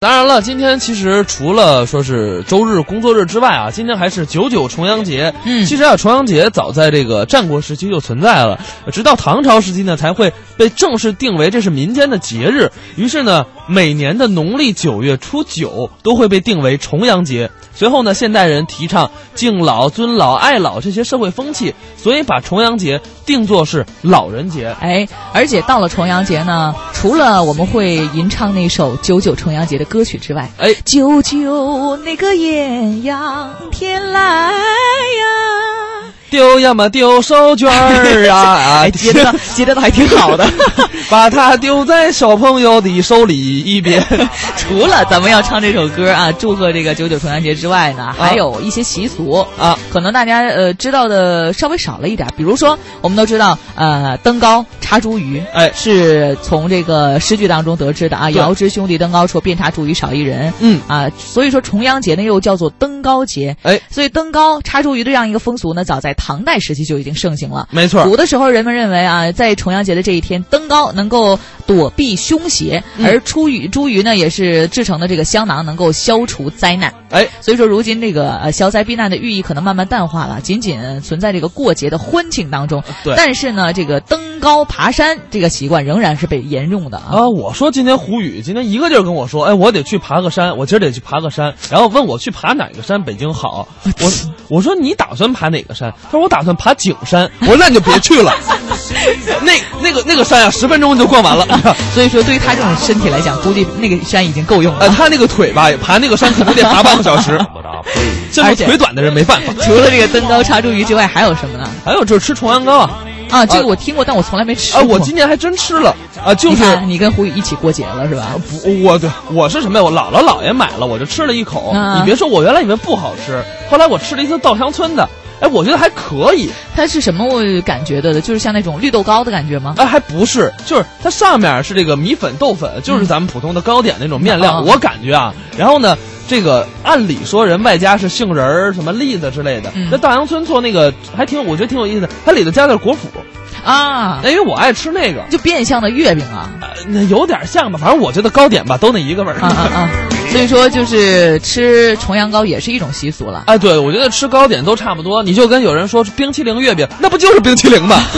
当然了，今天其实除了说是周日工作日之外啊，今天还是九九重阳节。嗯其实啊，重阳节早在这个战国时期就存在了，直到唐朝时期呢，才会被正式定为这是民间的节日。于是呢，每年的农历九月初九都会被定为重阳节。随后呢，现代人提倡敬老、尊老、爱老这些社会风气，所以把重阳节定作是老人节。哎，而且到了重阳节呢，除了我们会吟唱那首《九九重阳节》的歌曲之外，哎，九九那个艳阳天来呀， 丢呀嘛丢手绢 儿啊啊！ 哎，接的接的倒还挺好的。把它丢在小朋友的手里一边。 除了咱们要唱这首歌啊，祝贺这个九九重阳节之外呢，还有一些习俗啊，可能大家呃知道的稍微少了一点，比如说我们都知道呃登高查茱萸，哎是从这个诗句当中得知的啊，对遥知兄弟登高处，遍查茱萸少一人。嗯啊，所以说重阳节呢又叫做登高节，哎，所以登高插茱萸这样一个风俗呢，早在唐代时期就已经盛行了。没错儿，古的时候，人们认为啊，在重阳节的这一天，登高能够躲避凶邪，嗯而出于茱萸呢，也是制成的这个香囊，能够消除灾难。哎，所以说，如今这个呃消灾避难的寓意可能慢慢淡化了，仅仅存在这个过节的欢庆当中。对。但是呢，这个登高爬山这个习惯仍然是被沿用的啊。啊！我说今天胡宇今天一个劲儿跟我说，哎，我得去爬个山，我今儿得去爬个山，然后问我去爬哪个山北京 好。我我说你打算爬哪个山？他说我打算爬景山。 我说那你就别 去了，那那个那个山啊，十分钟就逛完了。 所以说，对于他这种身体来讲，估计那个山已经够用呃，了。他那个腿吧，爬那个山可能得爬半个小 时，这种而且腿短的人没办法。除了这个登高插茱萸之外，还有什么呢？还有就是吃重阳糕啊，啊，这个我听过，但我从来没吃过。啊，我今年还真吃了啊，就你是看，你跟胡宇一起过节了是吧？不，我对我是什么呀？我姥姥姥爷买了，我就吃了一口。啊你别说，我原来以为不好吃，后来我吃了一次稻香村的，哎，我觉得还可以。它是什么味感觉的呢？就是像那种绿豆糕的感觉吗？哎，还不是，就是它上面是这个米粉、豆粉，就是咱们普通的糕点那种面料，嗯我感觉啊。然后呢，这个按理说人外加是杏仁儿、什么栗子之类的。嗯那稻香村做那个还挺，我觉得挺有意思的，它里头加点果脯，啊，哎因为我爱吃那个，就变相的月饼啊呃那有点像吧。反正我觉得糕点吧都那一个味儿。啊啊啊！所以说，就是吃重阳糕也是一种习俗了。哎，对，我觉得吃糕点都差不多。你就跟有人说冰淇淋月饼，那不就是冰淇淋吗？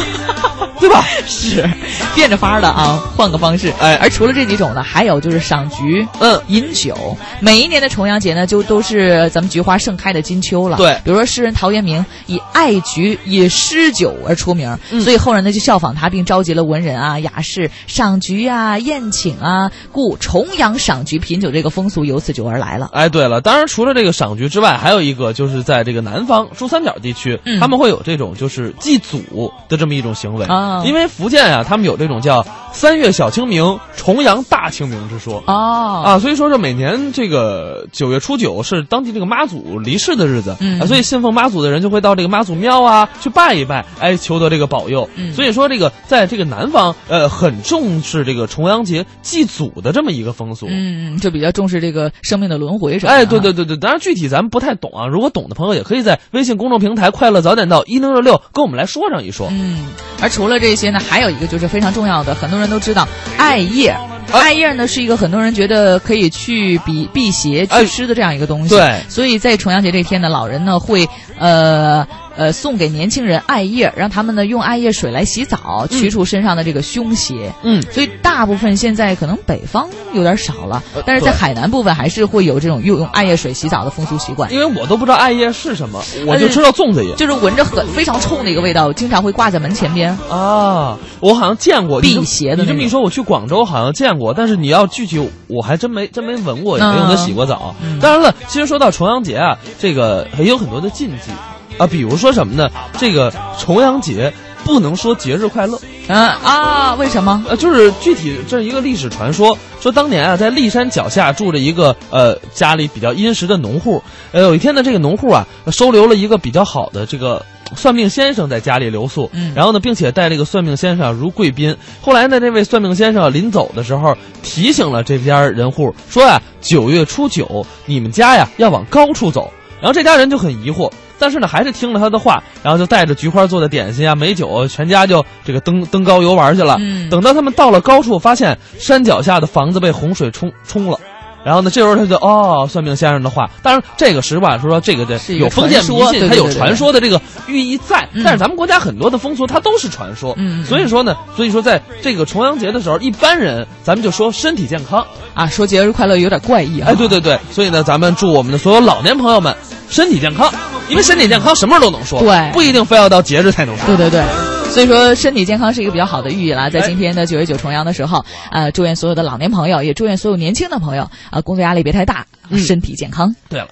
对吧？是，变着法儿的啊，换个方式。哎而除了这几种呢，还有就是赏菊。嗯，饮酒，每一年的重阳节呢，就都是咱们菊花盛开的金秋了。对比如说诗人陶渊明以爱菊、以诗酒而出名，嗯所以后人呢就效仿他，并召集了文人啊、雅士赏菊啊、宴请啊，故重阳赏菊品酒这个风俗由此就而来了。哎，对了，当然除了这个赏菊之外，还有一个就是在这个南方珠三角地区，嗯他们会有这种就是祭祖的这么一种行为。哦因为福建啊，他们有这种叫“三月小清明，重阳大清明”之说。哦啊，所以说是每年这个九月初九是当地这个妈祖离世的日子，嗯啊，所以信奉妈祖的人就会到这个妈祖庙啊去拜一拜，哎，求得这个保佑。嗯所以说这个在这个南方，呃，很重视这个重阳节祭祖的这么一个风俗。嗯，就比较重视这个生命的轮回什么的啊。哎，对对对对，当然具体咱们不太懂啊，如果懂的朋友也可以在微信公众平台“快乐早点到一零六六”跟我们来说上一说。嗯，而除了这些呢，还有一个就是非常重要的，很多人都知道艾叶。哎艾叶呢是一个很多人觉得可以去避避邪、哎祛湿的这样一个东西。对所以在重阳节这天呢，老人呢会呃呃送给年轻人艾叶，让他们呢用艾叶水来洗澡，去除身上的这个凶邪。嗯，所以大部分现在可能北方有点少了呃，但是在对海南部分还是会有这种用用艾叶水洗澡的风俗习惯。因为我都不知道艾叶是什么，我就知道粽子叶就是闻着很非常冲的一个味道，经常会挂在门前边。啊，我好像见过你这么辟邪的你这么那一种说，我去广州好像见过，但是你要具体，我还真没真没闻过，也没用它洗过澡。嗯当然了，其实说到重阳节啊，这个也有很多的禁忌啊，比如说什么呢？这个重阳节不能说节日快乐。嗯啊，为什么？呃，就是具体这是一个历史传说，说当年啊，在骊山脚下住着一个呃家里比较殷实的农户，呃，有一天呢，这个农户啊收留了一个比较好的这个算命先生在家里留宿，嗯然后呢，并且待这个算命先生啊如贵宾。后来呢，这位算命先生啊临走的时候提醒了这家人户说呀、九月初九你们家呀要往高处走。然后这家人就很疑惑，但是呢，还是听了他的话，然后就带着菊花做的点心啊、美酒啊，全家就这个登登高游玩去了。嗯等到他们到了高处，发现山脚下的房子被洪水冲冲了。然后呢，这时候他就哦，算命先生的话，当然这个实话说说，这个这是一个有封建迷传说对信，对它有对对传说的这个寓意在。嗯但是咱们国家很多的风俗它都是传说，嗯嗯所以说呢，所以说在这个重阳节的时候，一般人咱们就说身体健康。啊，说节日快乐有点怪异啊。哎，对对对，所以呢，咱们祝我们的所有老年朋友们身体健康，因为身体健康什么时候都能说，对不一定非要到节日才能说。对对对。所以说，身体健康是一个比较好的寓意啦。在今天的九月九重阳的时候，呃，啊祝愿所有的老年朋友，也祝愿所有年轻的朋友，啊、工作压力别太大，嗯身体健康。对了。